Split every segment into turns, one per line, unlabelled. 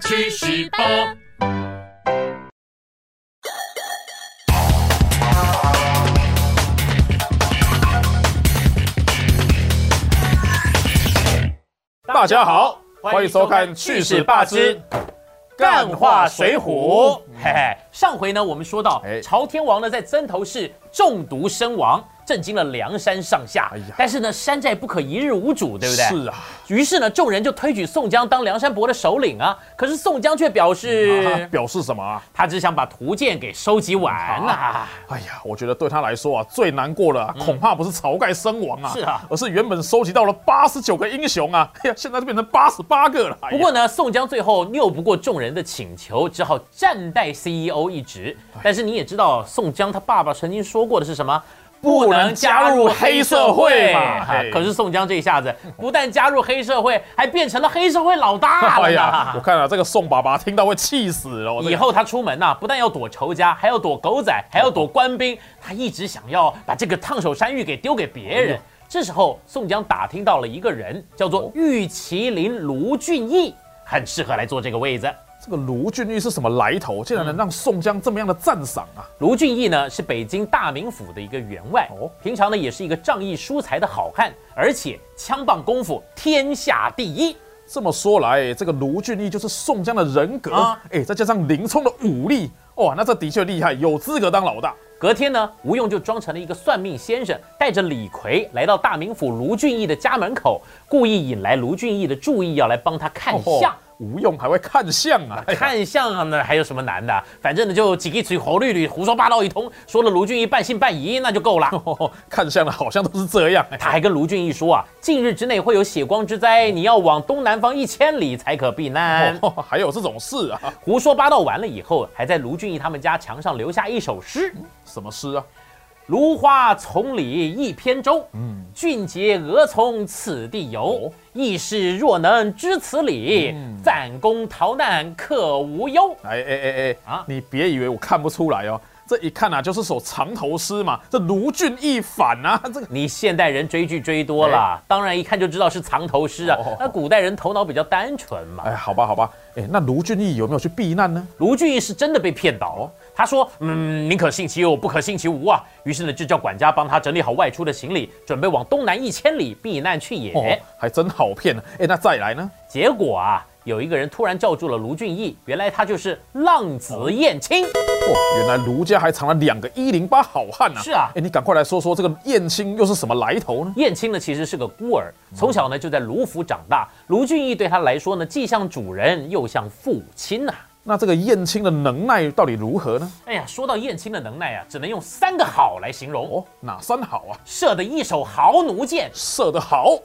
去洗吧。
大家好，欢迎收看《去史霸之
干化水浒，嘿嘿，上回呢我们说到
哎
朝天王呢在曾头市中毒身亡，震惊了梁山上下。
哎呀
但是呢山寨不可一日无主，对不对？
是啊，
于是呢众人就推举宋江当梁山伯的首领啊，可是宋江却表
啊
示
表示什么啊？
他只想把图鉴给收集完啊。
哎呀，我觉得对他来说啊，最难过的啊、恐怕不是晁盖身亡啊，
嗯是啊
而是原本收集到了八十九个英雄啊，哎呀，现在就变成八十八个了。哎呀
不过呢，宋江最后拗不过众人的请求，只好暂代 CEO 一职。
哎
但是你也知道，宋江他爸爸曾经说过的是什么？
不能加入黑社会嘛
啊
嘿
可是宋江这一下子不但加入黑社会，还变成了黑社会老大了
哎
呢
呀，我看啊，这个宋爸爸听到会气死了。我这个
以后他出门呐、不但要躲仇家，还要躲狗仔，还要躲官兵。他一直想要把这个烫手山芋给丢给别
哎
人
呦。哦
这时候，宋江打听到了一个人，叫做玉麒麟卢俊义，很适合来坐这个位子。
这个卢俊义是什么来头，竟然能让宋江这么样的赞赏啊？
卢俊义呢是北京大名府的一个员外，
哦
平常呢也是一个仗义疏财的好汉，而且枪棒功夫天下第一。
这么说来，这个卢俊义就是宋江的人格，哎、
啊
再加上林冲的武力，哇，那这的确厉害，有资格当老大。
隔天呢，吴用就装成了一个算命先生，带着李逵来到大名府卢俊义的家门口，故意引来卢俊义的注意，要来帮他看相。
吴用还会看相啊，哦哎呀
看相啊，那还有什么难的？反正呢，就几个嘴猴绿绿，胡说八道一通，说了卢俊义半信半疑，那就 够了。
哦，看相的好像都是这样、哎
他还跟卢俊义说啊，近日之内会有血光之灾，你要往东南方一千里才可避难。
哦， 还有这种事啊？
胡说八道完了以后，还在卢俊义他们家墙上留下一首诗
什么诗啊？：“
芦花丛里一扁舟，
嗯
俊杰俄从此地
哦
游。义士若能知此理，
嗯
暂攻逃难可无忧。”
哎哎哎哎
啊
啊！你别以为我看不出来哦，这一看啊就是首藏头诗嘛，这卢俊义反啊， 这个
你现代人追剧追多了，当然一看就知道是藏头诗啊
哎哦。
那古代人头脑比较单纯嘛。
哎，好吧好吧，哎，那卢俊义有没有去避难呢？
卢俊义是真的被骗到了。他说：“嗯，宁可信其有，不可信其无啊。”于是呢，就叫管家帮他整理好外出的行李，准备往东南一千里避难去也。
哦，还真好骗呢、哎，那再来呢？
结果啊，有一个人突然叫住了卢俊义，原来他就是浪子燕青。
哦，原来卢家还藏了两个一零八好汉啊！
是啊
哎，你赶快来说说这个燕青又是什么来头呢？
燕青呢，其实是个孤儿，从小呢就在卢府长大。卢俊义对他来说呢，既像主人，又像父亲呐、
那这个燕青的能耐到底如何呢？
哎呀，说到燕青的能耐啊，只能用三个好来形容：
哦，哪三好啊？
射得一手豪弩箭，
射得好，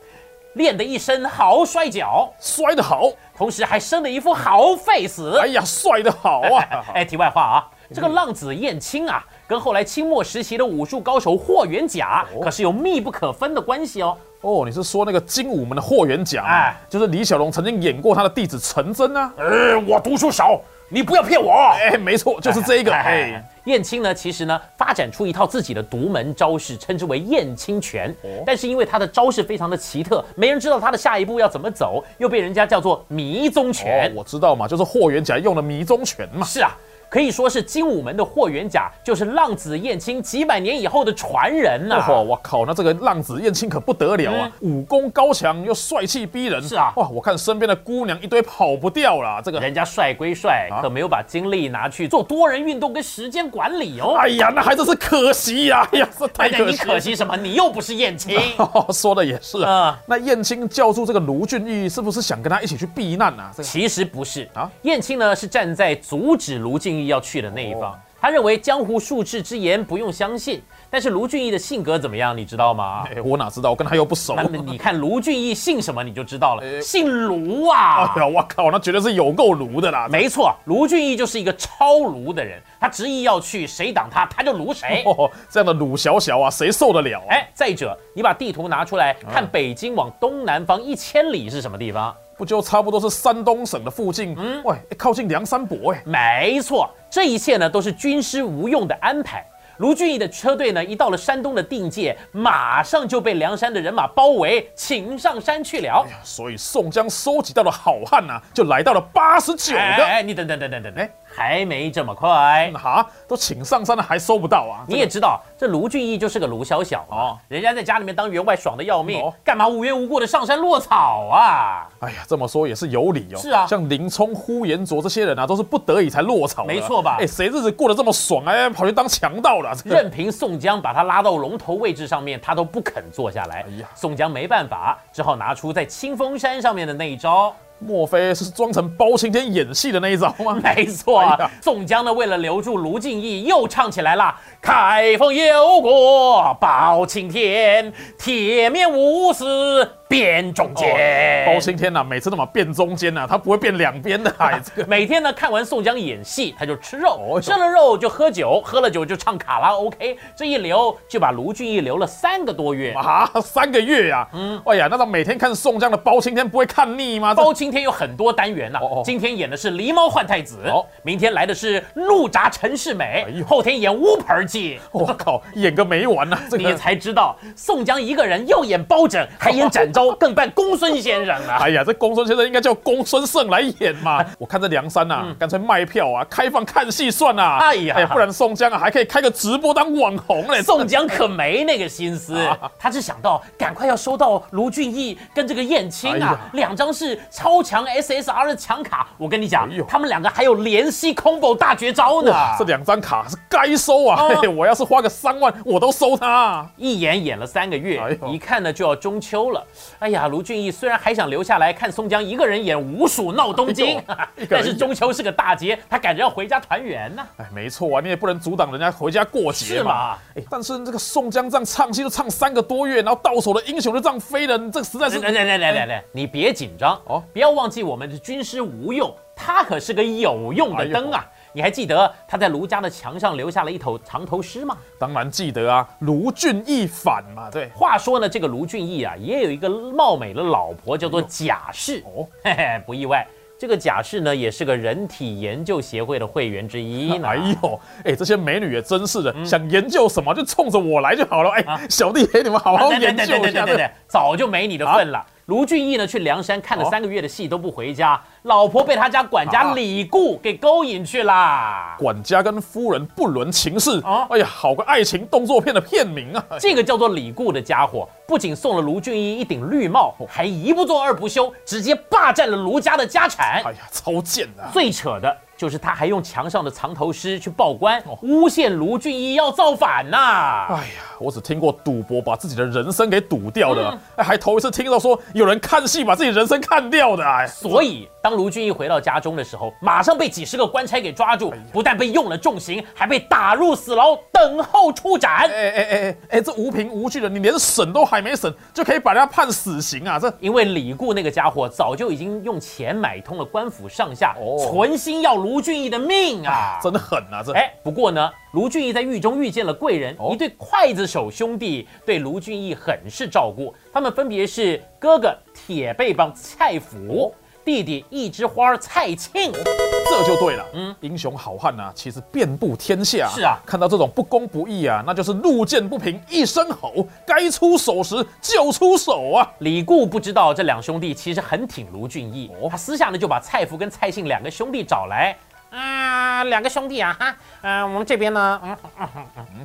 练得一身豪摔跤，
摔得好，
同时还生得一副豪废死。
哎呀，帅得好啊！
哎，题外话啊，这个浪子燕青啊，跟后来清末时期的武术高手霍元甲
哦
可是有密不可分的关系哦。
哦，你是说那个精武门的霍元甲吗？
哎
就是李小龙曾经演过他的弟子陈真啊。
呃，我读书少，你不要骗我。哦
哎，没错， 就是这一个。哎，
燕青呢，其实呢，发展出一套自己的独门招式，称之为燕青拳。
哦
但是因为他的招式非常的奇特，没人知道他的下一步要怎么走，又被人家叫做迷踪拳。
哦，我知道嘛，就是霍元甲用的迷踪拳嘛。
是啊，可以说是精武门的霍元甲，就是浪子燕青几百年以后的传人呐、
哦，我靠！那这个浪子燕青可不得了啊，武功高强又帅气逼人。
嗯是啊哎
哇！我看身边的姑娘一堆跑不掉啦。这个，
人家帅归帅，
啊
可没有把精力拿去做多人运动跟时间管理哦。
哎呀，那还真是可惜呀、 哎呀，这 太
哎呀，
可
你
惜。
可惜什么？你又不是燕青。
哦，说的也是啊
啊。
那燕青叫住这个卢俊义，是不是想跟他一起去避难啊？这个
其实不是啊
啊，
燕青呢是站在阻止卢俊义要去的那一方，
哦
他认为江湖术士之言不用相信。但是卢俊义的性格怎么样，你知 道吗？
哎，我哪知道？我跟他又不熟。
那么你看卢俊义姓什么，你就知道了，
哎
姓卢啊
哎。呀，我靠，那绝对是有够卢的啦！
没错，卢俊义就是一个超卢的人，他执意要去，谁挡他，他就卢谁。
哦，这样的鲁小小啊，谁受得了啊？
哎，再者，你把地图拿出来
嗯
看，北京往东南方一千里是什么地方？
不就差不多是山东省的附近？嗯，喂，哎靠近梁山伯哎、
没错，这一切呢都是军师吴用的安排。卢俊义的车队呢，一到了山东的定界，马上就被梁山的人马包围，擒上山去了。
所以宋江收集到的好汉呐、就来到了八十九个。
哎，你等等等等等等
哎，嗯
还没这么快。
哈，都请上山了还收不到啊？
你也知道，这卢俊义就是个卢小小啊
哦，
人家在家里面当员外爽的要命
哦，
干嘛无缘无故的上山落草啊？
哎呀，这么说也是有理哦。
是啊
像林冲、呼延灼这些人啊，都是不得已才落草的。
没错吧
哎，谁日子过得这么爽，哎，跑去当强盗了？这个
任凭宋江把他拉到龙头位置上面，他都不肯坐下来
哎呀。
宋江没办法，只好拿出在清风山上面的那一招。
莫非是装成包青天演戏的那一招吗？
没错啊
哎呀，
宋江呢为了留住卢俊义，又唱起来了：“开封有我包青天，铁面无私辨忠奸。
哦包青天呐、每次都嘛变中间呐、他不会变两边的、哎，这个
每天呢看完宋江演戏，他就吃肉，
哦
吃了肉就喝酒，喝了酒就唱卡拉 OK，这一留就把卢俊义留了三个多月。
啊，三个 月呀、嗯，哎呀，那他每天看宋江的包青天不会看腻吗？这
包青天有很多单元呐、
哦哦
今天演的是狸猫换太子，
哦
明天来的是怒铡陈世美，
哎呦
后天演乌盆记。
我靠，演个没完呐、啊这
哦 你也
个。
才知道，宋江一个人又演包拯，还演展昭，更扮公孙先生啊！
哎呀，这公孙先生应该叫公孙胜来演 嘛！我看这梁山呐、干脆卖票啊，开放看戏算啦、
嗯哎呀啊
不然宋江啊还可以开个直播当网红嘞。
宋江可没那个心思，
啊
他只想到赶快要收到卢俊义跟这个燕青
哎
啊
呀，
两张是超强 SSR 的强卡。我跟你讲
哎呦，
他们两个还有联系 combo 大绝招呢。
哇，这两张卡是该收啊！
哦
嘿我要是花个三万，我都收他、啊。
一演演了三个月
哎，呦
一看呢就要中秋了。哎呀，卢俊义虽然还想留下来看宋江一个人演五鼠闹东京
哎，呦一个人
但是
演
中秋是个大节，他赶着要回家团圆呢。
哎，没错啊，你也不能阻挡人家回家过
是
节
嘛
嘛。哎，但是这个宋江这样唱戏都唱三个多月，然后到手的英雄就这样飞了，你这个实在是
来来来来来来，你别紧张哦
嗯哦，
不要忘记我们的军师吴用，他可是个有用的灯
哎
啊！你还记得他在卢家的墙上留下了一头长头诗吗？
当然记得啊，卢俊义反嘛，对。
话说呢，这个卢俊义啊，也有一个貌美的老婆，叫做贾氏。
哦，
嘿嘿，不意外，这个贾氏呢，也是个人体研究协会的会员之一嗯呢。
哎呦，哎，这些美女也真是的，想研究什么就冲着我来就好了。哎，小弟给你们好好
啊对对
研
对
究
对
一
啊对
下。啊
对
这
对，早就没你的份了。卢俊义呢，去梁山看了三个月的戏都不回家，老婆被他家管家
哦啊
李固给勾引去啦。
管家跟夫人不伦情事
哦
哎呀，好个爱情动作片的片名啊！
这个叫做李固的家伙，不仅送了卢俊义一顶绿帽，还一不做二不休，直接霸占了卢家的家产
哎。呀，超贱的啊。
最扯的就是他还用墙上的藏头诗去报官，
哦
诬陷卢俊义要造反呐、
哎呀，我只听过赌博把自己的人生给赌掉
嗯
的，哎，还头一次听到说有人看戏把自己人生看掉的，哎，
所以，当卢俊义回到家中的时候，马上被几十个官差给抓
哎
住，不但被用了重刑，还被打入死牢，等候处斩。
哎哎哎哎哎，这无凭无据的，你连审都还没审，就可以把人家判死刑啊？这
因为李固那个家伙早就已经用钱买通了官府上下，
哦
存心要卢俊义的命啊！
真的狠啊！ 这
哎，不过呢，卢俊义在狱中遇见了贵人，
哦
一对刽子手兄弟对卢俊义很是照顾。他们分别是哥哥铁背帮蔡福，
哦
弟弟一枝花蔡庆。
这就对了，嗯，英雄好汉呐、其实遍布天下。
是啊
看到这种不公不义啊，那就是路见不平一声吼，该出手时就出手啊！
李固不知道这两兄弟其实很挺卢俊义，
哦
他私下呢就把蔡福跟蔡庆两个兄弟找来。啊、两个兄弟啊，哈，嗯、我们这边呢，嗯，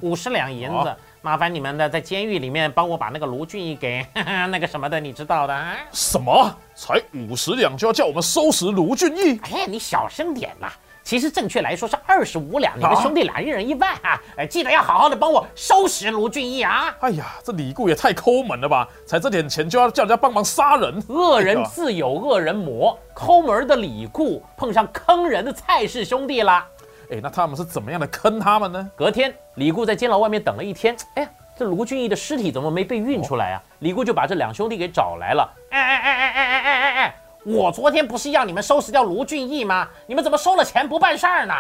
五十两银子，
好
麻烦你们呢在监狱里面帮我把那个卢俊义给 那个什么的，你知道的啊。
什么？才五十两就要叫我们收拾卢俊义？
哎，你小声点啦。其实正确来说是二十五两，你们
啊
兄弟俩一人一半啊。哎，记得要好好的帮我收拾卢俊义啊！
哎呀，这李固也太抠门了吧！才这点钱就要叫人家帮忙杀人，
恶人
哎呀
自有恶人磨，抠门的李固碰上坑人的蔡氏兄弟啦。
哎，那他们是怎么样的坑他们呢？
隔天，李固在监牢外面等了一天，哎呀，这卢俊义的尸体怎么没被运出来啊？李固就把这两兄弟给找来了。哎哎哎哎哎哎哎哎！我昨天不是要你们收拾掉卢俊义吗？你们怎么收了钱不办事儿呢？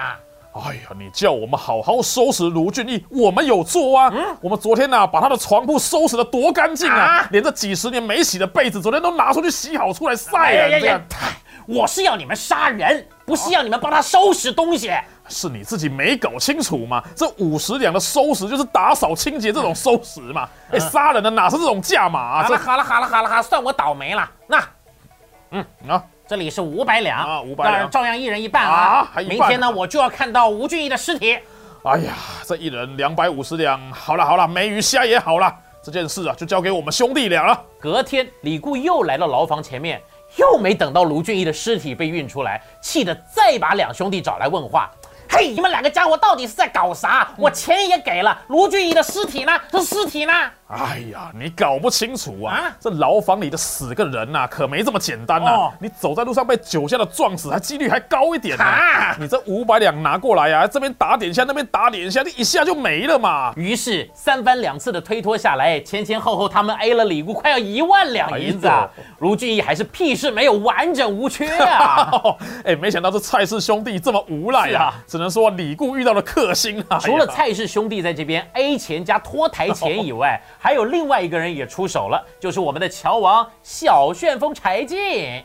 哎呀，你叫我们好好收拾卢俊义，我们有做啊。我们昨天呐、把他的床铺收拾的多干净啊，
嗯啊
连这几十年没洗的被子，昨天都拿出去洗好出来晒了。啊
哎呀
这
呀
样
呀！太我是要你们杀人，不是要你们帮他收拾东西。
啊是你自己没搞清楚嘛？这五十两的收拾就是打扫清洁这种收拾嘛？
嗯
哎，杀人的哪是这种价码啊？
好了好了好了好了好了，算我倒霉了。那
这啊，
这里是五百两
啊500两
当然照样一人一半啊。
啊还一半
明天呢，我就要看到吴俊义的尸体。
哎呀，这一人两百五十两，好了好了，没鱼虾也好了，这件事啊就交给我们兄弟俩了。
隔天，李固又来到牢房前面，又没等到卢俊义的尸体被运出来，气得再把两兄弟找来 问话。嘿，你们两个家伙到底是在搞啥？我钱也给了，卢俊义的尸体呢？这尸体呢？
哎呀，你搞不清楚啊！
啊
这牢房里的死个人呐、可没这么简单呐、啊
哦
你走在路上被酒驾的撞死，还几率还高一点呢、
啊
你这五百两拿过来呀、啊，这边打点一下，那边打点一下，你一下就没了嘛。
于是三番两次的推脱下来，前前后后他们 A 了李固快要一万两银子啊！
哎
卢俊义还是屁事没有，完整 无缺啊！
哦，哎，没想到这蔡氏兄弟这么无赖
是
啊！
啊
只能说李固遇到了克星啊。
除了
哎呀
蔡氏兄弟在这边 A 钱加拖台钱以外， 还有另外一个人也出手了，就是我们的乔王小旋风柴进。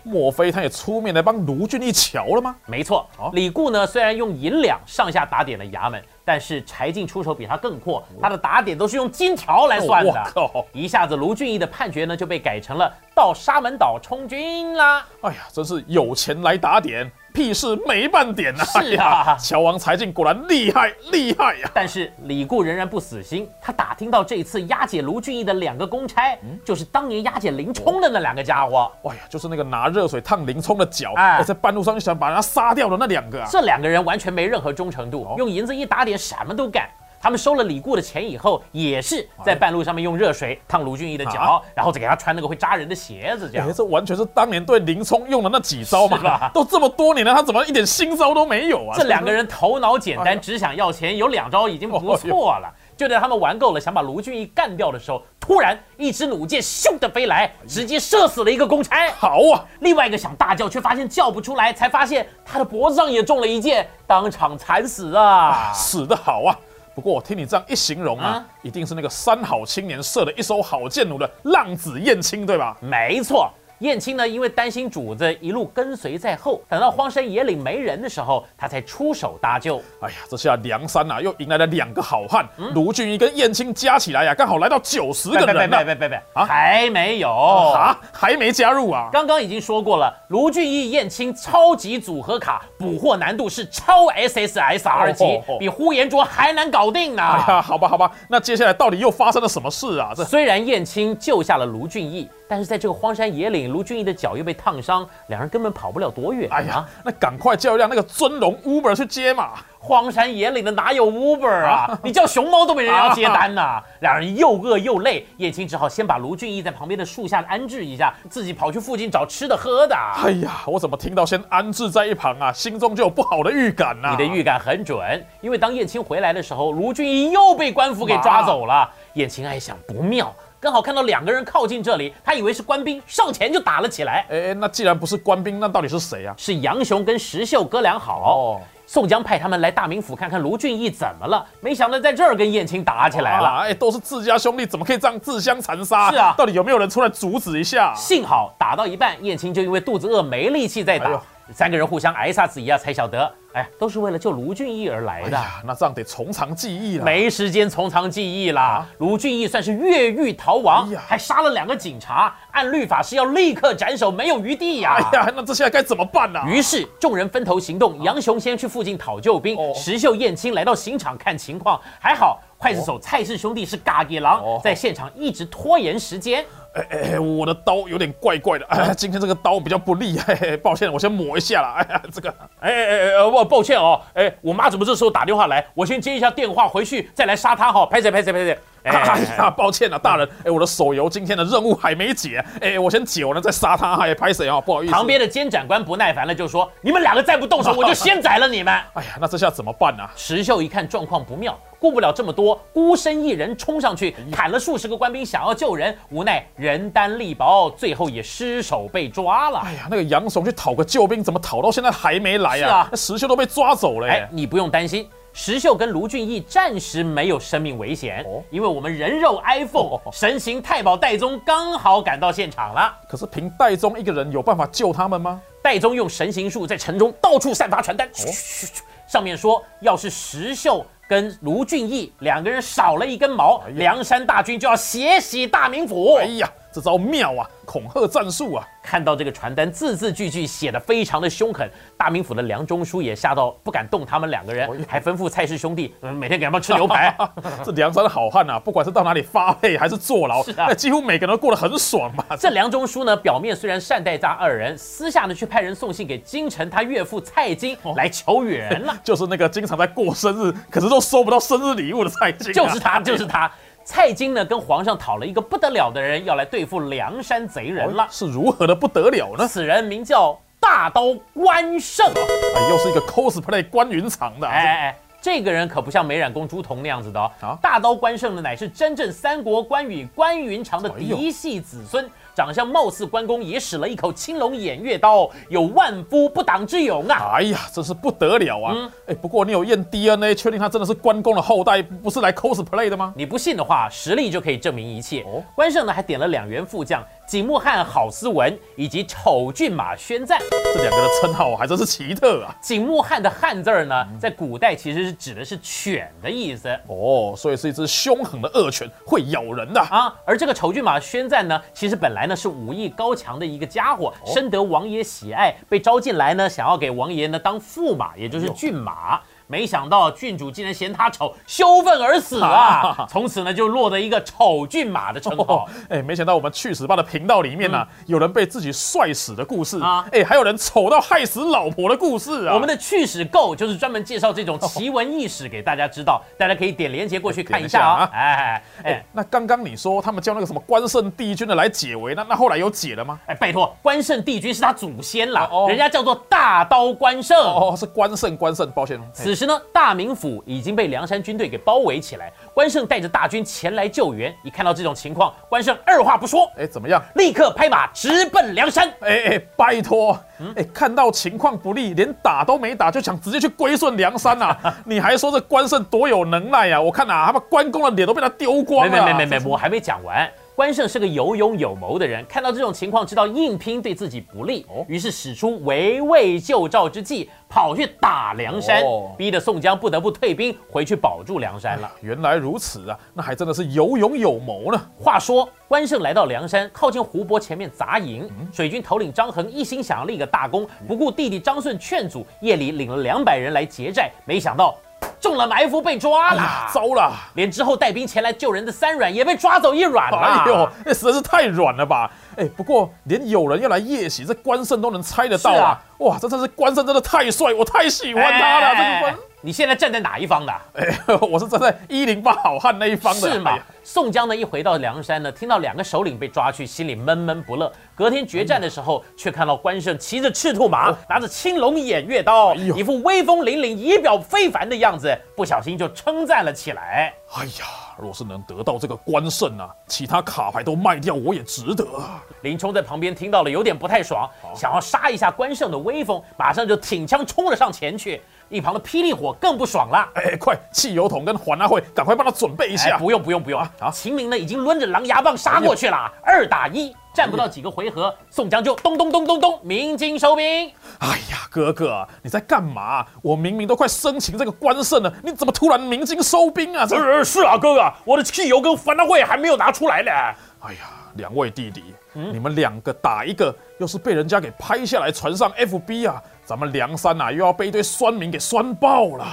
莫非他也出面来帮卢俊义瞧了吗？
没错
哦，
李固呢虽然用银两上下打点了衙门，但是柴进出手比他更阔，他的打点都是用金条来算
哦
的。
我靠
一下子卢俊义的判决呢就被改成了到沙门岛充军啦。
哎呀，真是有钱来打点，屁事没半点啊！
是啊
哎呀乔王柴进果然厉害厉害啊呀、
但是李固仍然不死心，他打听到这次押解卢俊义的两个公差，
嗯
就是当年押解林冲的那两个家伙。
哎呀，就是那个拿热水烫林冲的脚，
哎
哎，在半路上就想把人家杀掉的那两个啊。
这两个人完全没任何忠诚度，用银子一打点，什么都干。他们收了李固的钱以后，也是在半路上面用热水烫卢俊义的
哎啊
脚，然后再给他穿那个会扎人的鞋子，这样
哎，。这完全是当年对林冲用的那几招
啊是
嘛
吧，
都这么多年了，他怎么一点新招都没有啊？
这两个人头脑
哎
简
呀哎
单，只想要钱，有两招已经不错了。就在他们玩够了，想把卢俊义干掉的时候，突然一支弩箭咻的飞
哎
来，直接射死了一个公差。
好啊，
另外一个想大叫，却发现叫不出来，才发现他的脖子上也中了一箭，当场惨死啊！
死得好啊！不过我听你这样一形容啊，
啊
一定是那个三好青年射的一手好箭弩的浪子燕青，对吧？
没错，燕青呢，因为担心主子，一路跟随在后，等到荒山野岭没人的时候，他才出手搭救。
哎呀，这下梁山啊又迎来了两个好汉，
嗯
卢俊义跟燕青加起来呀、啊刚好来到九十个人了、
别别别别，
啊
还没有
啊，还没加入啊？
刚刚已经说过了，卢俊义、燕青超级组合卡捕获难度是超 SSSR 级，
哦哦哦
比呼延灼还难搞定呢。
哎呀，好吧，好吧，那接下来到底又发生了什么事啊？这
虽然燕青救下了卢俊义，但是在这个荒山野岭，卢俊义的脚又被烫伤，两人根本跑不了多远、啊。
哎呀，那赶快叫一辆那个尊龙 Uber 去接嘛！
荒山野岭的哪有 Uber 啊？你叫熊猫都没人要接单呐、两人又饿又累，燕青只好先把卢俊义在旁边的树下安置一下，自己跑去附近找吃的喝的。啊
哎呀，我怎么听到先安置在一旁啊，心中就有不好的预感啊呐、
你的预感很准，因为当燕青回来的时候，卢俊义又被官府给抓走了。燕青暗想不妙，刚好看到两个人靠近这里，他以为是官兵，上前就打了起来。
哎，那既然不是官兵，那到底是谁啊？
是杨雄跟石秀哥俩好。
哦
宋江派他们来大名府看看卢俊义怎么了，没想到在这儿跟燕青打起来了。
啊哎，都是自家兄弟，怎么可以这样自相残杀？
是啊
到底有没有人出来阻止一下、
幸好打到一半，燕青就因为肚子饿没力气再打，
哎呦
三个人互相挨杀子一啊，才晓得，哎，都是为了救卢俊义而来
哎
的。
呀，那这样得从长计议啊了。
啊没时间从长计议啦！
啊
卢俊义算是越狱逃亡，
哎呀
还杀了两个警察，按律法是要立刻斩首，没有余地呀、
哎呀，那这下该怎么办啊呢、
于是众人分头行动，杨雄先去附近讨救兵
哦，
石秀、燕青来到刑场看情况，还好刽子手蔡氏兄弟是嘎给狼
哦，
在现场一直拖延时间。
哎哎哎，我的刀有点怪怪的，哎，今天这个刀比较不利，嘿嘿，抱歉，我先磨一下啦。哎呀，这个，
哎哎哎哎，我抱歉哦，哎，我妈怎么这时候打电话来？我先接一下电话，回去再来杀他哈、拍谁拍谁拍谁。
哎呀，抱歉了、大人，哎，我的手游今天的任务还没解，哎，我先解完了再杀他，哎，拍谁啊？不好意思。
旁，边的监斩官不耐烦了，就说：“你们两个再不动 手，我就先宰了你们。”
哎呀，那这下怎么办呢、啊？
石秀一看状况不妙，顾不了这么多，孤身一人冲上去
哎
砍了数十个官兵，想要救人，无奈人单力薄，最后也失手被抓了。
哎呀，那个杨雄去讨个救兵，怎么讨到现在还没来呀、
是啊
那石秀都被抓走了、
哎
哎，，
你不用担心，石秀跟卢俊义暂时没有生命危险，
哦
因为我们人肉 iPhone、
哦
神行太保戴宗刚好赶到现场了。
可是凭戴宗一个人有办法救他们吗？
戴宗用神行术在城中到处散发传
哦
单，嘘嘘嘘上面说，要是石秀跟卢俊义两个人少了一根毛，
哎呀
梁山大军就要血洗大名府。
哎呀，这招妙啊，恐吓战术啊！
看到这个传单，字字句句写的非常的凶狠，大名府的梁中书也吓到不敢动他们两个人
哎呦，
还吩咐蔡氏兄弟、嗯每天给他们吃牛排。
这梁山好汉啊，不管是到哪里发配还是坐牢，
是啊
哎几乎每个人都过得很爽嘛。
这梁中书呢，表面虽然善待他二人，私下呢却派人送信给京城他岳父蔡京来求援了。
就是那个经常在过生日，可是都收不到生日礼物的蔡京、啊，
就是他，就是他。蔡京呢，跟皇上讨了一个不得了的人，要来对付梁山贼人了
哦。是如何的不得了呢？
此人名叫大刀关胜。
哎，又是一个 cosplay 关云长的、啊，
哎
哎，
哎哎，这个人可不像美染公朱仝那样子的哦。
啊
大刀关胜呢，乃是真正三国关羽关云长的嫡系子孙，长相貌似关公，也使了一口青龙偃月刀，哦有万夫不挡之勇啊！
哎呀，真是不得了啊！哎，不过你有验 DNA 确定他真的是关公的后代，不是来 cosplay 的吗？
你不信的话，实力就可以证明一切。
哦
关胜呢，还点了两员副将景木汉郝思文以及丑骏马宣赞。
这两个的称号还真是奇特啊！
景木汉的汉字儿呢，在古代其实是指的是犬的意思
哦，所以是一只凶狠的恶犬，会咬人的啊。
啊。而这个丑骏马宣赞呢，其实本来呢是武艺高强的一个家伙，
哦
深得王爷喜爱，被招进来呢，想要给王爷呢当驸马，也
哎
就是骏马。没想到郡主竟然嫌他丑，羞愤而死啊！从此呢就落得一个丑骏马的称号
哦。，哎，没想到我们去死吧的频道里面呢、有人被自己帅死的故事
啊
嗯啊，哎，还有人丑到害死老婆的故事啊。哦
我们的趣史购就是专门介绍这种奇闻异史给大家知道，大家可以点连结过去看一下啊！哎哎哎
哎，，那刚刚你说他们叫那个什么关圣帝君的来解围，那那后来有解了吗？
哎，拜托，关圣帝君是他祖先啦，
哦哦
人家叫做大刀关胜。
哦，是关圣，关圣，抱歉。哎
此时呢，大名府已经被梁山军队给包围起来，关胜带着大军前来救援。一看到这种情况，关胜二话不说，
哎，怎么样？
立刻拍马直奔梁山。
哎哎，拜托，哎，看到情况不利，连打都没打，就想直接去归顺梁山 啊！你还说这关圣多有能耐啊？我看啊，他们关公的脸都被他丢光
没
了啊。
没没没没，我还没讲完。关胜是个有勇有谋的人，看到这种情况，知道硬拼对自己不利，于是使出围魏救赵之计，跑去打梁山，
哦
逼得宋江不得不退兵回去保住梁山了。
原来如此啊，那还真的是有勇有谋呢。
话说，关胜来到梁山，靠近湖泊前面扎营。
嗯
水军头领张衡一心想要立个大功，不顾弟弟张顺劝阻，夜里领了两百人来劫寨，没想到中了埋伏被抓
哎
了。
呀，糟了！
连之后带兵前来救人的三阮也被抓走一阮了。
哎呦，那实在是太软了吧！哎，不过连有人要来夜袭，这关胜都能猜得到
是
啊！
啊
哇，这真是关胜真的太帅，我太喜欢他了。
哎
这个关，
你现在站在哪一方的？
哎， 我是站在一零八好汉那一方的。
是嘛
哎呀？
宋江呢，一回到梁山呢，听到两个首领被抓去，心里闷闷不乐。隔天决战的时
嗯
候，却看到关胜骑着赤兔马，拿着青龙偃月刀，
哦哎呦
一副威风凛凛、仪表非凡的样子，不小心就称赞了起来。
哎呀，若是能得到这个关胜啊，其他卡牌都卖掉我也值得啊！
林冲在旁边听到了，有点不太爽，
哦
想要杀一下关胜的威风，马上就挺枪冲了上前去。一旁的霹雳火更不爽了。
哎，快，汽油桶跟环阿慧，赶快帮他准备一
哎，
下。
不用不用不用啊！
啊哎
秦明呢已经抡着狼牙棒杀过去了，二打一，战不到几个回合，宋江就咚咚咚咚咚鸣金收兵。
哎呀，哥哥，你在干嘛？我明明都快生擒这个关胜了，你怎么突然鸣金收兵啊？这
呃，是啊，哥哥，我的汽油跟樊大会还没有拿出来呢。
哎呀，两位弟弟，你们两个打一个，要是被人家给拍下来传上 FB 啊，咱们梁山啊又要被一堆酸民给酸爆了。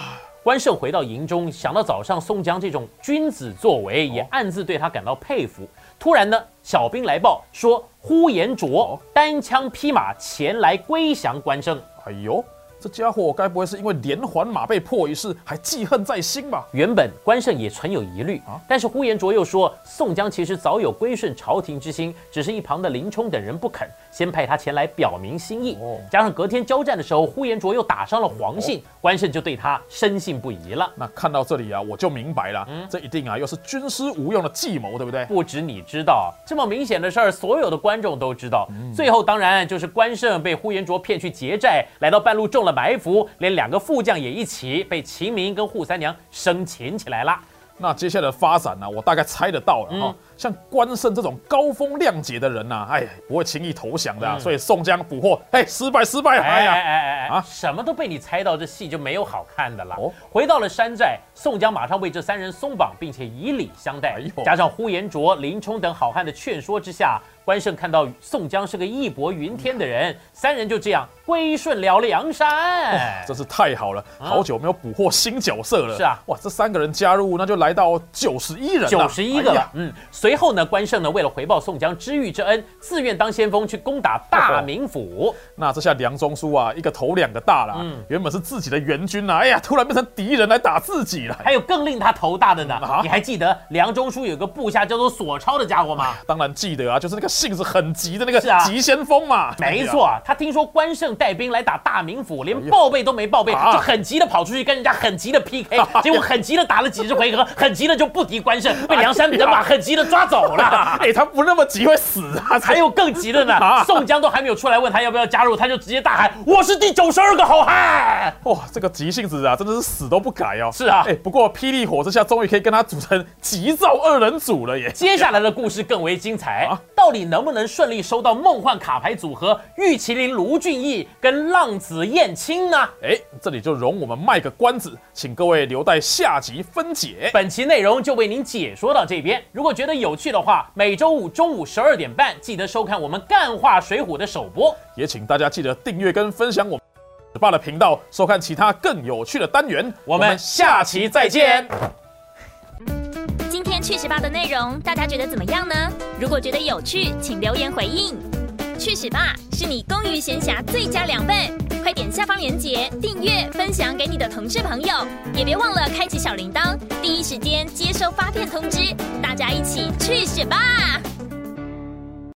关胜回到营中，想到早上宋江这种君子作为，也暗自对他感到佩服。突然呢，小兵来报说，呼延灼
哦
单枪匹马前来归降关胜。
哎呦，这家伙该不会是因为连环马被破一事还记恨在心吧？
原本关胜也存有疑虑，
啊
但是呼延灼又说，宋江其实早有归顺朝廷之心，只是一旁的林冲等人不肯，先派他前来表明心意。
哦
加上隔天交战的时候，呼延灼又打伤了黄信，关胜就对他深信不疑了。
那看到这里啊，我就明白了，
嗯
这一定啊又是军师吴用的计谋，对不对？
不止你知道这么明显的事儿，所
嗯
有的观众都知道。最后当然就是关胜被呼延灼骗去劫寨，来到半路中了了埋伏，连两个副将也一起被秦明跟扈三娘生擒起来了。
那接下来的发展呢、我大概猜得到了哈、
嗯
像关胜这种高风亮节的人呐、哎，不会轻易投降的啊、所以宋江捕获，哎，失败，失败，哎
嗯哎
呀，
哎哎哎
啊
啊！什么都被你猜到，这戏就没有好看的了。
哦
回到了山寨，宋江马上为这三人松绑，并且以礼相待。
哎呦
加上呼延灼、林冲等好汉的劝说之下，关胜看到宋江是个义薄云天的人，三人就这样归顺了梁山。
真是太好了，好久没有捕获新角色了。
哎啊是啊
哇，这三个人加入，那就来到九十一人了，
九十一个
哎
了
呀，
嗯，随后呢，关胜呢为了回报宋江知遇之恩，自愿当先锋去攻打
哦
大名府。
那这下梁中书啊，一个头两个大啦，
嗯
原本是自己的援军啊，哎呀，突然变成敌人来打自己了。
还有更令他头大的呢，
啊
你还记得梁中书有个部下叫做索超的家伙吗？
当然记得啊，就是那个性子很急的那个
是啊
急先锋嘛。
没错，啊他听说关胜带兵来打大名府，连报备都没报备，
哎啊
就很急的跑出去跟人家很急的 PK，结 果很急的打了几十回合，很急的就不敌关胜，被梁山人马很急的抓走
哎呀，
了。
哎，他不那么急会死啊。
还有更急的呢
啊，
宋江都还没有出来问他要不要加入，他就直接大喊：“我是第九十二个好汉
哇，这个急性子啊，真的是死都不改哦。
是啊
哎，不过霹雳火这下终于可以跟他组成急躁二人组了耶！”。
接下来的故事更为精彩
啊，
到底能不能顺利收到梦幻卡牌组合玉麒麟卢俊义跟浪子燕青呢？
哎，这里就容我们卖个关子，请各位留待下集分解。
本期内容就为您解说到这边。如果觉得有趣的话，每周五中午十二点半记得收看我们《干话水浒》的首播。
也请大家记得订阅跟分享我们爸的频道，收看其他更有趣的单元。
我们下期再见。
今天去十八的内容大家觉得怎么样呢？如果觉得有趣，请留言回应。去十八是你公余闲暇最佳良伴，快点下方链接订阅、分享给你的同事朋友，也别忘了开启小铃铛，第一时间接收发片通知。大家一起去十八！